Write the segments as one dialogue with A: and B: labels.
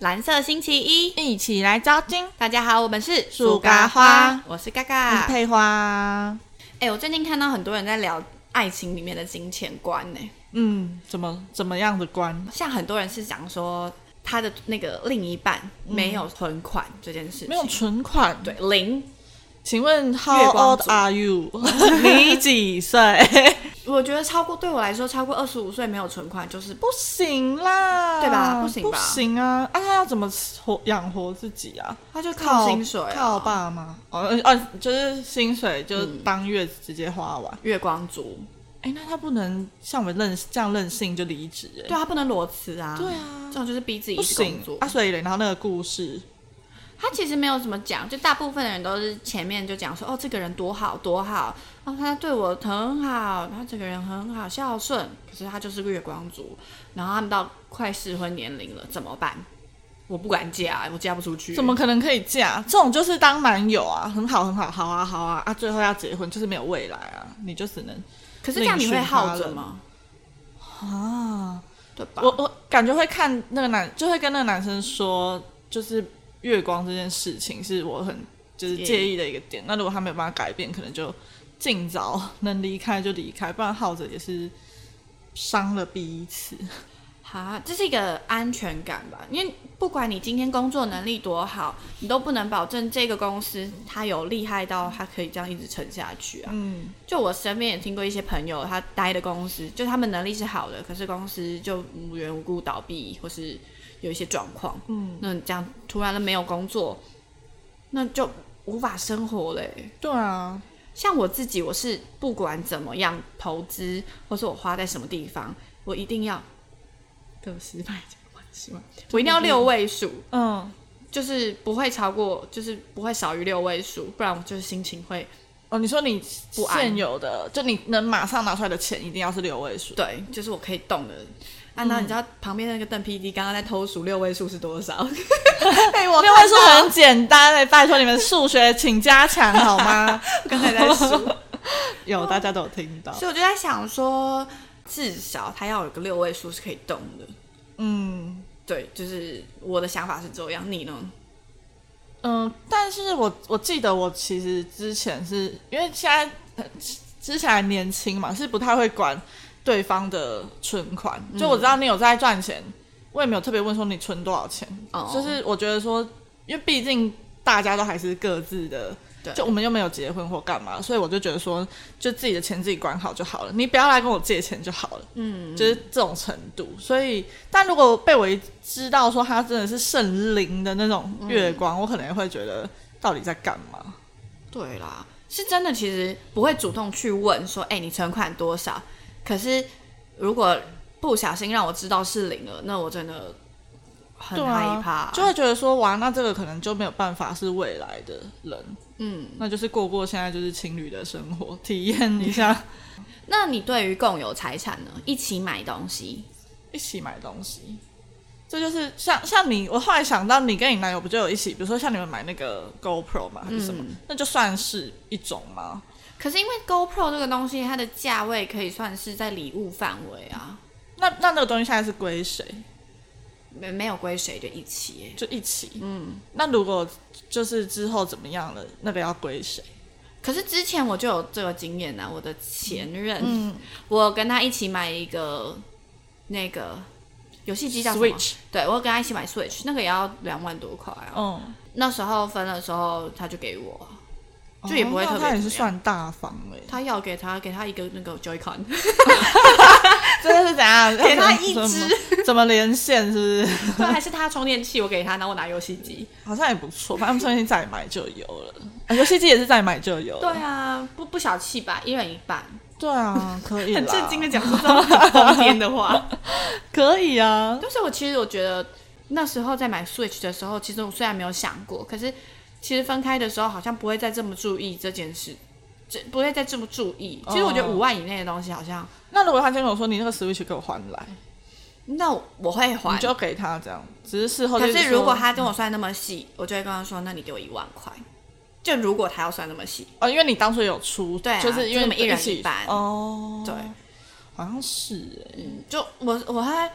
A: 蓝色星期一，
B: 一起来招金，
A: 大家好，我们是
B: 树咖花
A: 我是嘎
B: 我
A: 嘎。
B: 是
A: 哎、
B: 佩花。
A: 我最近看到很多人在聊爱情里面的金钱观呢、
B: 嗯，怎么怎么样的关？
A: 像很多人是讲说他的那个另一半没有存款这件事情，
B: 没有存款。
A: 对，零。
B: 请问
A: 月
B: How
A: 光
B: old
A: 族
B: are you？你 几 岁？
A: 我觉得超过对我来说，超过二十五岁没有存款就是
B: 不行啦，
A: 对吧不行吧
B: 不行啊！啊，他要怎么活养活自己啊？
A: 他就靠
B: 靠
A: 薪水、啊
B: 靠？爸妈哦，呃哦，就是薪水就当月直接花完。
A: 月光族，
B: 哎、那他不能像我们任这样任性就离职哎。
A: 对他不能裸辞啊。
B: 对啊
A: 这种就是逼自己
B: 不
A: 一直工
B: 行
A: 作。
B: 啊！所以嘞，然后那个故事，
A: 他其实没有怎么讲，就大部分的人都是前面就讲说，哦，这个人多好多好，哦，他对我很好，然后这个人很好，孝顺。可是他就是个月光族，然后他们到快适婚年龄了，怎么办？我不敢嫁，我嫁不出去。
B: 怎么可能可以嫁？这种就是当男友啊，很好很好，好啊好啊啊！最后要结婚就是没有未来啊，你就只能
A: 可是这样你会
B: 另寻他
A: 耗着
B: 人
A: 吗？
B: 啊，
A: 对吧？
B: 我我感觉会看那个男，就会跟那个男生说，就是月光这件事情是我很就是
A: 介意
B: 介意的一个点。那如果他没有办法改变，可能就尽早能离开就离开，不然耗着也是伤了彼此。
A: 哈，这是一个安全感吧，因为不管你今天工作能力多好，你都不能保证这个公司它有厉害到它可以这样一直撑下去啊。
B: 嗯，
A: 就我身边也听过一些朋友，他待的公司就他们能力是好的，可是公司就无缘无故倒闭，或是有一些状况，
B: 嗯，
A: 那你这样突然的没有工作，那就无法生活嘞、
B: 对啊，
A: 像我自己，我是不管怎么样投资，或是我花在什么地方，我一定要个十万、几万、十万，我一定要六位数，
B: 嗯，
A: 就是不会超过，就是不会少于六位数，不然我就是心情会
B: 哦，你说你
A: 不安
B: 现有的，就你能马上拿出来的钱，一定要是六位数。
A: 对，就是我可以动的。啊，那你知道旁边那个邓 PD 刚刚在偷数六位数是 多少？被我
B: 六位数很简单哎、拜托你们数学 请加强好吗？
A: 刚才在 数，
B: 有，大家都有听到。
A: 所以我就在想说，至少他要有个六位数是可以动的。
B: 嗯，
A: 对，就是我的想法是这样，你呢？
B: 嗯，但是我我记得我其实之前是因为现在呃之前还年轻嘛，是不太会管对方的存款。就我知道你有在赚钱，我也没有特别问说你存多少钱。
A: 哦
B: 就是我觉得说，因为毕竟大家都还是各自的
A: 对，
B: 就我们又没有结婚或干嘛，所以我就觉得说，就自己的钱自己管好就好了，你不要来跟我借钱就好了。
A: 嗯，
B: 就是这种程度。所以，但如果被我一知道说他真的是圣灵的那种月光，
A: 嗯
B: 我可能会觉得到底在干嘛？
A: 啊对啦，是真的，其实不会主动去问说，哎、你存款多少？可是如果不小心让我知道是零了，那我真的很
B: 对
A: 害怕。
B: 啊，就会觉得说哇，那这个可能就没有办法是未来的人，
A: 嗯，
B: 那就是过过现在就是情侣的生活，体验一下
A: 那你对于共有财产呢？一起买东西，
B: 一起买东西。这就是像像你，我后来想到，你跟你男友不就有一起，比如说像你们买那个 GoPro 嘛，还是什么，
A: 嗯
B: 那就算是一种吗？
A: 可是因为 GoPro 这个东西，它的价位可以算是在礼物范围啊，
B: 那那那个东西现在是归谁？
A: 没没有归谁就一起欸、
B: 就一起。
A: 嗯，
B: 那如果就是之后怎么样了，那个要归谁？
A: 可是之前我就有这个经验呐、啊，我的前任，
B: 嗯
A: 我有跟他一起买一个那个游戏机叫什么
B: Switch
A: 对我有跟他一起买 Switch，那个也要两万多块啊。
B: 嗯，
A: 那时候分的时候，他就给我，就也不会
B: 哦
A: 特
B: 那
A: 别
B: 他也
A: 怎
B: 是
A: 么样
B: 算大方哎、
A: 他 要给他给他一个那个 Joy-Con，
B: 真的是怎样？
A: 给他
B: 要怎么
A: 一只
B: 怎 么，怎么连线是不是？
A: 对，还是他充电器我给他，然后我拿游戏机。
B: 好像也不错，反正重新再买就有了。啊游戏机也是再买就有
A: 对
B: 了。
A: 啊，不不小气吧，一人一半。
B: 对啊，可以啦，
A: 很震惊的讲出这种很疯癫的话。
B: 可以啊。
A: 但是我其实我觉得那时候在买 Switch 的时候，其实我虽然没有想过，可是其实分开的时候好像不会再这么注意这件事，这不会再这么注意。其实我觉得
B: 哦
A: 五万以内的东西好像，
B: 那如果他今天跟我说你那个 Switch 给我还来，
A: 那我会
B: 你
A: 还。
B: 就给他这样，只是事后就
A: 可
B: 说。
A: 是如果他跟我算那么细，我就会跟他说：“那你给我一万块。”就如果他要算那么细，
B: 哦，因为你当初有出，
A: 对啊
B: 就是因为
A: 就我们一人
B: 起
A: 一半
B: 哦，
A: 对，
B: 好像是哎、
A: 嗯，就我我还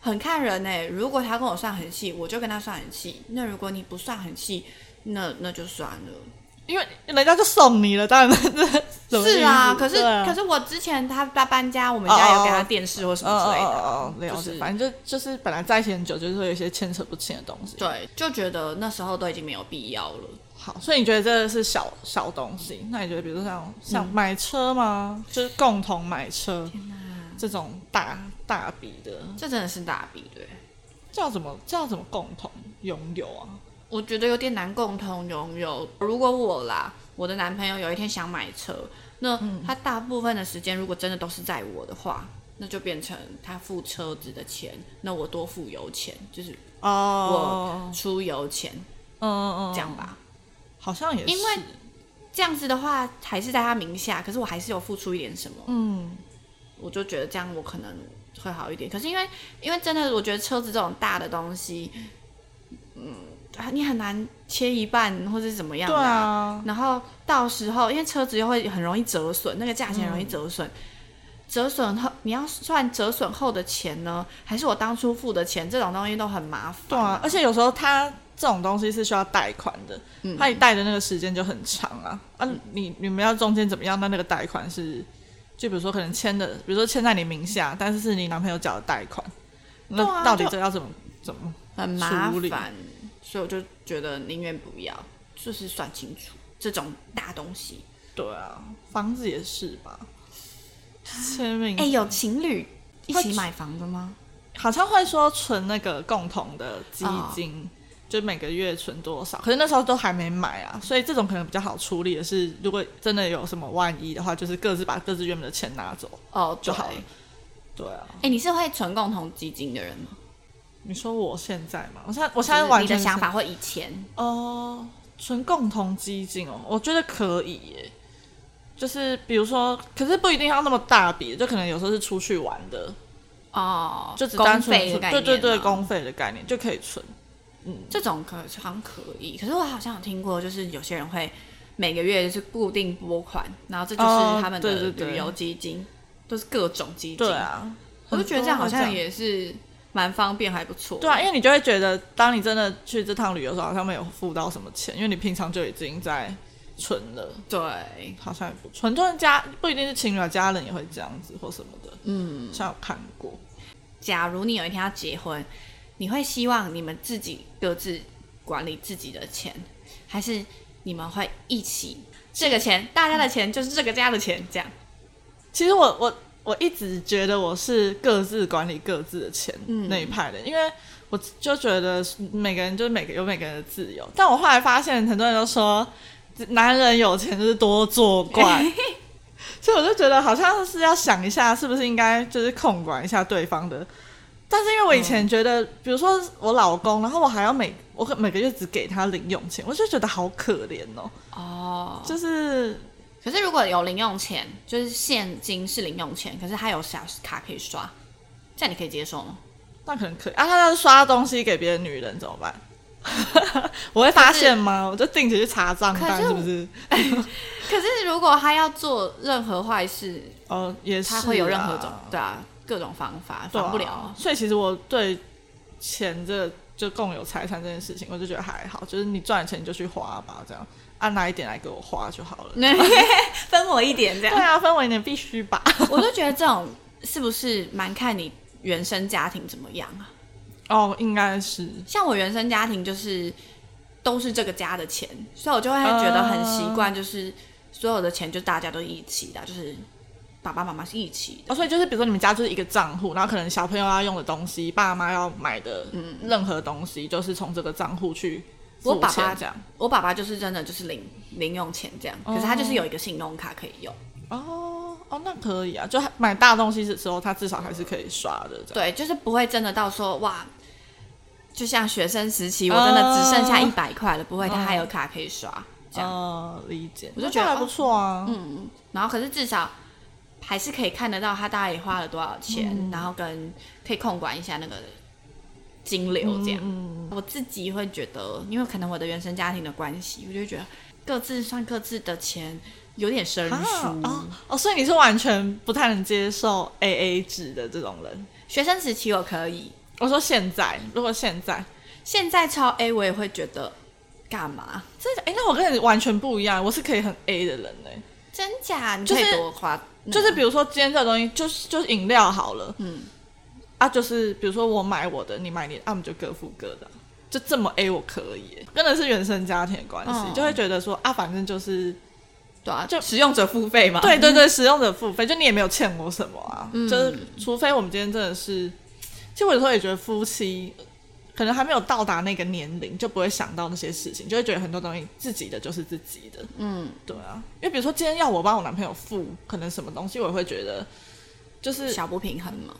A: 很看人呢、如果他跟我算很细，我就跟他算很细；那如果你不算很细，那那就算了。
B: 因为人家就送你了，当然 怎么
A: 是啊，可是、可
B: 是
A: 是我之前他他搬家，我们家有给他电视或什
B: 哦
A: 么
B: 哦
A: 之类的，
B: 哦哦，了
A: 就
B: 解，
A: 是
B: 反正就就是本来在一起很久，就是会有一些牵扯不清的东西。，
A: 对，就觉得那时候都已经没有必要了。
B: 好，所以你觉得这是小小东西？那你觉得比如说像像
A: 嗯
B: 买车吗？就是共同买车这种大大笔的，
A: 这真的是大笔对，
B: 叫怎么叫怎么共同拥有啊？
A: 我觉得有点难共同拥有。如果我啦，我的男朋友有一天想买车，那
B: 嗯
A: 他大部分的时间如果真的都是在我的话，那就变成他付车子的钱，那我多付油钱，就是
B: 哦，
A: 出油钱、
B: 嗯嗯嗯，
A: 这样吧。
B: 好像也是，
A: 因为这样子的话，还是在他名下，可是我还是有付出一点什么。
B: 嗯
A: 我就觉得这样我可能会好一点。可是因为因为真的，我觉得车子这种大的东西，嗯，啊你很难切一半或是怎么样
B: 对
A: 的、
B: 啊，
A: 然后到时候，因为车子又会很容易折损，那个价钱容易折损。折损后，你要算折损后的钱呢，还是我当初付的钱？这种东西都很麻烦。
B: 对啊，而且有时候它这种东西是需要贷款的，
A: 嗯
B: 它一贷的那个时间就很长啊。啊，你你们要中间怎么样？那那个贷款是，就比如说可能签的，比如说签在你名下，但是是你男朋友缴的贷款，那
A: 对啊
B: 到底
A: 就
B: 这要怎么怎么？
A: 很麻
B: 处理
A: 烦，所以我就觉得宁愿不要，就是算清楚这种大东西。
B: 对啊，房子也是吧，签名
A: 哎、有情侣一
B: 会
A: 起买房的吗？
B: 好像会说存那个共同的基金，
A: 哦
B: 就每个月存多少。可是那时候都还没买啊，所以这种可能比较好处理的是，如果真的有什么万一的话，就是各自把各自原本的钱拿走
A: 哦，
B: 就好
A: 对
B: 了。对啊，
A: 哎、你是会存共同基金的人吗？
B: 你说我现在嘛，我现在我
A: 我
B: 现在完全
A: 哦你的想
B: 是
A: 法会以前
B: 哦，存共同基金哦，我觉得可以耶。就是比如说，可是不一定要那么大笔，就可能有时候是出去玩的，
A: 哦，
B: 就只
A: 公
B: 单纯
A: 费的
B: 存
A: 概
B: 对
A: 念，
B: 对对，，公费的概念就可以存。
A: 这种可好像可以。可是我好像有听过，就是有些人会每个月就是固定拨款，然后这就是
B: 哦
A: 他们
B: 对
A: 的
B: 对对
A: 旅游基金，都是各种基金。
B: 对，啊，
A: 我就觉得这样好
B: 很多
A: 像
B: 会
A: 也是蛮方便，还不错。
B: 对啊，因为你就会觉得，当你真的去这趟旅游的时候，好像没有付到什么钱，因为你平常就已经在存了，
A: 对，
B: 好像也不错。很多人家不一定是情侣啊，家人也会这样子或什么的，
A: 嗯。
B: 像有看过。
A: 假如你有一天要结婚，你会希望你们自己各自管理自己的钱，还是你们会一起？这个
B: 嗯
A: 钱，大家的钱就是这个家的钱，这样。
B: 其实我我我一直觉得我是各自管理各自的钱
A: 嗯
B: 那一派的，因为我就觉得每个人就是每个有每个人的自由。但我后来发现，很多人都说男人有钱就是多作怪，所以我就觉得好像是要想一下，是不是应该就是控管一下对方的。但是因为我以前觉得，比如说我老公，然后我还要每我每个月只给他零用钱，我就觉得好可怜哦。
A: 哦，
B: 就是
A: 可是如果有零用钱，就是现金是零用钱，可是他有小卡可以刷，这样你可以接受吗？
B: 那可能可以啊。他要是刷东西给别的女人怎么办？ 我会发现吗？我就定期去查账单，
A: 可
B: 是
A: 是我
B: 不是？
A: 可是如果他要做任何坏事，
B: 哦，也是啊，
A: 他会有任何种对啊各种方法，
B: 对啊
A: 防不了啊。
B: 所以其实我对钱这就共有财产这件事情，我就觉得还好，就是你赚了钱你就去花吧，这样按哪一点来给我花就好了。
A: 啊 分我一点这
B: 对啊，分为你必须吧。
A: 我都觉得这种是不是蛮看你原生家庭怎么样啊？
B: 哦，应该是
A: 像我原生家庭就是都是这个家的钱，所以我就会觉得很习惯，就是所有的钱就大家都一起的，就是爸爸妈妈是一起的。
B: 哦，所以就是比如说你们家就是一个账户，然后可能小朋友要用的东西，爸妈要买的任何东西，就是从这个账户去
A: 我
B: 付
A: 爸
B: 钱
A: 爸
B: 这样。
A: 我爸爸就是真的就是零零用钱这样，可是他就是有一个信用卡可以用。
B: 哦哦，那可以啊，就买大东西的时候，他至少还是可以刷的。这样，
A: 对，就是不会真的到说哇，就像学生时期我真的只剩下一百块了，不会，他还有卡可以刷。这样
B: 哦，理解，
A: 我就觉得
B: 那还不错啊。嗯，
A: 然后可是至少还是可以看得到他大概花了多少钱，
B: 嗯
A: 然后跟可以控管一下那个金流
B: 嗯
A: 这样。我自己会觉得，因为可能我的原生家庭的关系，我就会觉得各自算各自的钱有点生疏。
B: 啊哦哦，所以你是完全不太能接受 A A 制的这种人
A: 学生时期我可以，
B: 我说现在，如果现在，
A: 现在超 A 我也会觉得干嘛？
B: 真的哎、那我跟你完全不一样，我是可以很 A 的人呢、
A: 真假？你
B: 就
A: 可以
B: 是
A: 多夸，
B: 就是比如说今天这个东西，就是就是饮料好了
A: 嗯，
B: 啊，就是比如说我买我的，你买你的，啊，我们就各付各的，就这么 A 我可以耶、真的是原生家庭的关系，
A: 嗯
B: 就会觉得说啊，反正就是
A: 对啊，
B: 就
A: 使用者付费嘛。
B: 对对对，使用者付费，就你也没有欠我什么啊，
A: 嗯
B: 就是除非我们今天真的是，其实我有时候也觉得夫妻可能还没有到达那个年龄，就不会想到那些事情，就会觉得很多东西自己的就是自己的，
A: 嗯，
B: 对啊，因为比如说今天要我帮我男朋友付可能什么东西，我也会觉得就是
A: 小不平衡嘛。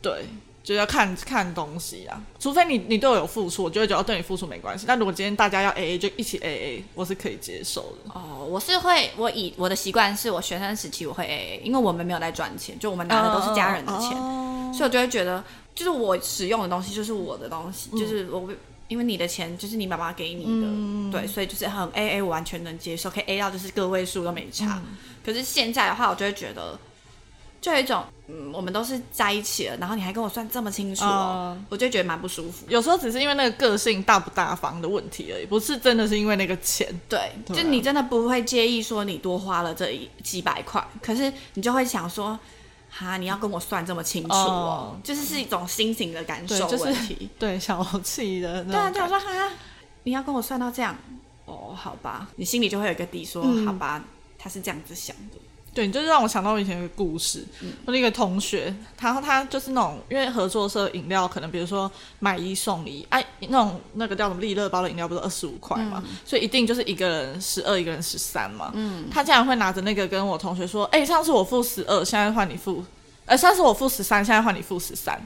B: 对。就要看看东西啊，除非你你对我有付出，我就会觉得对你付出没关系。但如果今天大家要 A A，就一起 A A，我是可以接受的。
A: 哦，我是会，我以我的习惯是我学生时期我会 AA，因为我们没有在赚钱，就我们拿的都是家人的钱，
B: 哦
A: 所以我就会觉得，就是我使用的东西就是我的东西，
B: 嗯
A: 就是我不因为你的钱就是你爸爸给你的，对，所以就是很 A A 我完全能接受，可以 A 到就是个位数都没差。
B: 嗯
A: 可是现在的话，我就会觉得，就有一种，嗯，我们都是在一起了，然后你还跟我算这么清楚哦，我就会觉得蛮不舒服。
B: 有时候只是因为那个个性大不大方的问题而已，不是真的是因为那个钱。
A: 对，
B: 对
A: 就
B: 啊
A: 你真的不会介意说你多花了这一几百块，可是你就会想说，哈，你要跟我算这么清楚哦，
B: 哦
A: 就是是一种心情的感
B: 对
A: 受
B: 就是
A: 问题。
B: 对，小气的
A: 对
B: 那
A: 啊，
B: 种
A: 对我
B: 感觉。
A: 说哈，你要跟我算到这样，哦，好吧，你心里就会有一个底说，
B: 嗯
A: 好吧，他是这样子想的，
B: 对，你就是让我想到我以前有个故事，
A: 嗯
B: 我、的一个同学，然后他就是那种因为合作社饮料，可能比如说买一送一，哎、那种那个叫什么利乐包的饮料不是二十五块嘛，
A: 嗯
B: 所以一定就是一个人十二，一个人十三嘛。嗯，他竟然会拿着那个跟我同学说，哎、上次我付十二，现在换你付，呃，上次我付十三，现在换你付十三。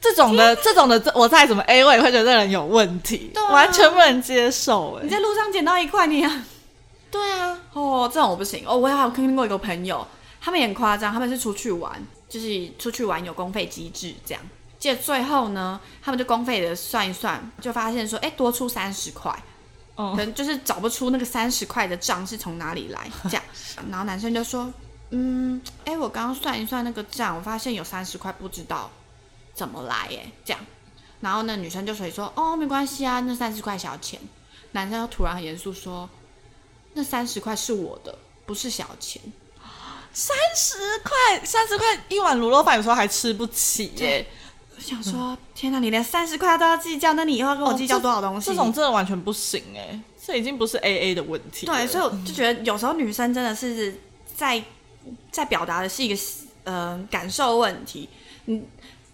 B: 这种的，这种的，这我再怎么 A，我也会觉得这人有问题，
A: 对啊
B: 完全不能接受、
A: 你
B: 哎，
A: 在路上捡到一块，你啊，
B: 对啊，
A: 哦，这种我不行哦。我还有听过一个朋友，他们也很夸张，他们是出去玩，就是出去玩有公费机制这样。结果最后呢，他们就公费的算一算，就发现说，哎，多出三十块，
B: 哦
A: 可能就是找不出那个三十块的账是从哪里来 这样。然后男生就说，嗯，哎，我刚刚算一算那个账，我发现有三十块不知道怎么来，哎，这样。然后那女生就所以说，哦，没关系啊，那三十块小钱。男生就突然很严肃说，那三十块是我的，不是小钱。
B: 十块、三十块一碗卤肉饭，有时候还吃不起哎耶、
A: 我想说，天哪，你连三十块都要计较，那你以后要跟我计较多少东
B: 嗯
A: 西？
B: 哦这种真的完全不行哎、这已经不是 A A 的问题了。
A: 对，所以我就觉得有时候女生真的是在在表达的是一个呃感受问题，你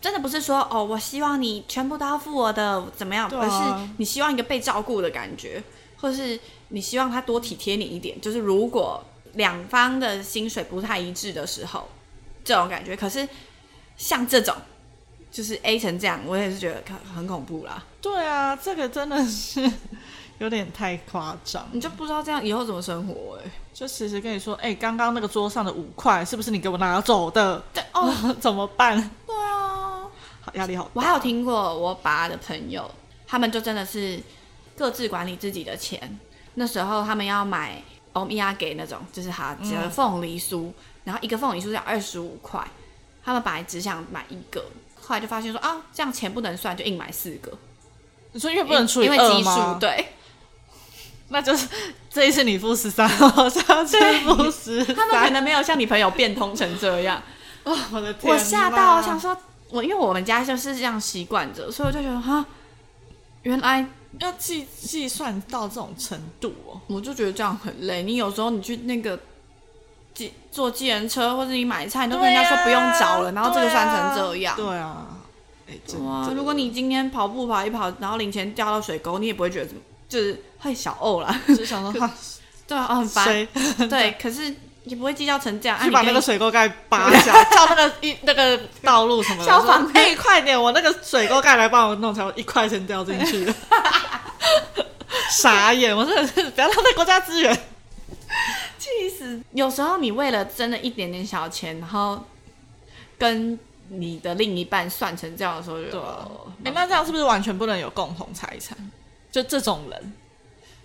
A: 真的不是说哦，我希望你全部都要付我的怎么样，
B: 对
A: 而
B: 啊
A: 是你希望一个被照顾的感觉，或是你希望他多体贴你一点。就是如果两方的薪水不太一致的时候，这种感觉。可是像这种。就是 A 成这样，我也是觉得很很恐怖啦。
B: 对啊，这个真的是有点太夸张。
A: 你就不知道这样以后怎么生活哎、
B: 就其实跟你说，哎、刚刚那个桌上的五块是不是你给我拿走的？
A: 对哦，
B: 怎么办？
A: 对啊，
B: 好压力好大。
A: 我还有听过我爸的朋友，他们就真的是各自管理自己的钱。那时候他们要买欧米亚给那种，就是哈折凤梨酥，然后一个凤梨酥要二十五块，他们本来只想买一个，后来就发现说啊，这样钱不能算，就硬买四个，
B: 你说因 为不能除呃以
A: 因为
B: 二
A: 基数
B: 吗？
A: 对。
B: 那就是这一次你付十三，我上次付十
A: 他们可
B: 三。
A: 能没有像你朋友变通成这样，
B: 哦，我的天！
A: 我吓到，我想，说，我因为我们家就是这样习惯着，所以我就觉得哈，原来
B: 要计计算到这种程度哦。
A: 我就觉得这样很累。你有时候你去那个计坐计程车，或者你买菜，你都跟人家说不用找了，然后这个算成这样。
B: 对啊，哎、真的
A: 哇！如果你今天跑步跑一跑，然后零钱掉到水沟，你也不会觉得怎么，就是会小呕啦。
B: 只想说，哈
A: 对啊，很烦。
B: 谁
A: 对，可是也不会计较成这样。啊
B: 去把
A: 你
B: 那
A: 可
B: 个
A: 以
B: 水沟盖拔起来，哎 照那个一那个道路什么的，
A: 消防
B: 说哎、快点，我那个水沟盖来帮我弄，才一块钱掉进去 了，傻眼！我真的是不要浪费国家资源。
A: 气死！有时候你为了真的一点点小钱，然后跟你的另一半算成这样的时候就，
B: 对啊
A: 哦
B: 哎、那这样是不是完全不能有共同财产？就这种人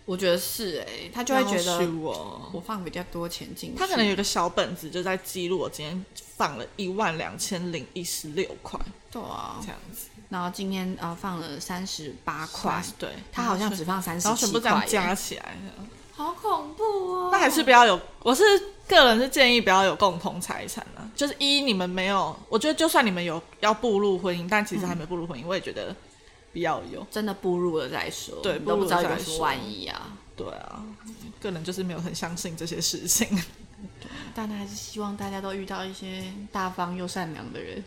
A: 我觉得是哎、他就会觉
B: 要
A: 得
B: 羞哦
A: 我放比较多钱进去，
B: 他可能有个小本子，就在记录我今天放了一万两千零一十六块
A: 对啊
B: 这，样子。
A: 然后今天呃放了三十八块，
B: 对，
A: 他好像只放三十
B: 然后全
A: 七
B: 部这样
A: 块耶，
B: 加起来的，
A: 好恐怖哦！
B: 那还是不要有，我是个人是建议不要有共同财产啊。就是一你们没有，我觉得就算你们有要步入婚姻，但其实还
A: 嗯
B: 没步入婚姻，我也觉得不要有。
A: 真的步入了再说，
B: 对
A: 你都
B: 步
A: 不
B: 入
A: 知道有
B: 了再
A: 没有
B: 说
A: 万一啊。
B: 对啊，个人就是没有很相信这些事情。
A: 但还是希望大家都遇到一些大方又善良的人。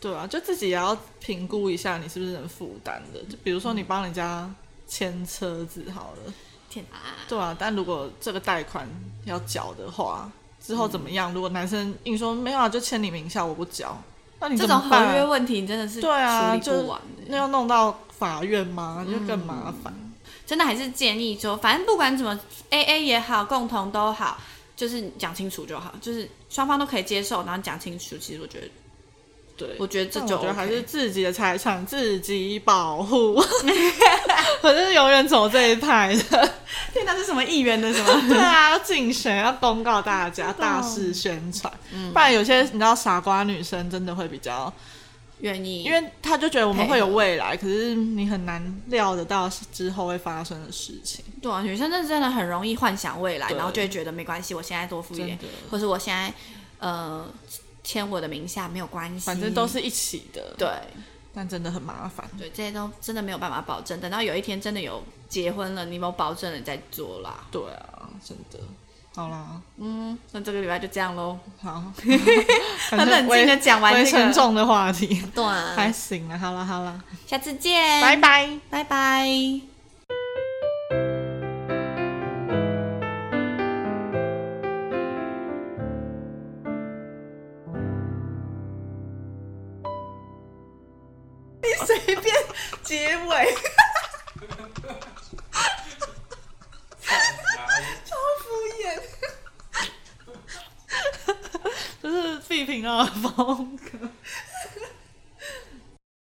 B: 对啊，就自己也要评估一下你是不是能负担的。就比如说你帮人家签车子好了，
A: 天啊！
B: 对啊，但如果这个贷款要缴的话，之后怎么样？如果男生硬说没有啊，就签你名下，我不缴，那你
A: 这
B: 怎么
A: 种合
B: 办
A: 约问题真的是
B: 对啊
A: 处理不完
B: 那
A: 的，
B: 要弄到法院吗？就更麻烦。
A: 真的还是建议说，反正不管怎么 A A 也好，共同都好，就是讲清楚就好，就是双方都可以接受，然后讲清楚。其实我觉得，
B: 对，
A: 我觉得这
B: 但
A: 就、
B: 我觉得
A: OK、
B: 还是自己的财产自己保护。 我就是永远走这一派的。
A: 天哪，是什么议员的什 么？
B: 对啊，要竞选，要公告大家，大肆宣传。
A: 嗯
B: 不然有些你知道傻瓜女生真的会比较，
A: 愿意？
B: 因为她就觉得我们
A: 嗯配合
B: 会有未来，可是你很难料得到之后会发生的事情。
A: 对啊，女生真的真的很容易幻想未来，
B: 对
A: 然后就会觉得没关系，我现在多付一点
B: 真的，
A: 或是我现在呃签我的名下没有关系，
B: 反正都是一起的，
A: 对
B: 但真的很麻烦。
A: 对，这些都真的没有办法保证。等到有一天真的有结婚了，你有没有保证了你再做啦。
B: 对啊，真的。好啦，
A: 嗯，那这个礼拜就这样喽，
B: 好，
A: 很冷静的讲 完
B: 微
A: 这
B: 沉
A: 个，
B: 重的话题，
A: 对啊，
B: 还行了，好了好了，
A: 下次见，
B: 拜拜。
A: 拜拜。
B: 随便结尾，超敷衍， 啊就是废品的风格。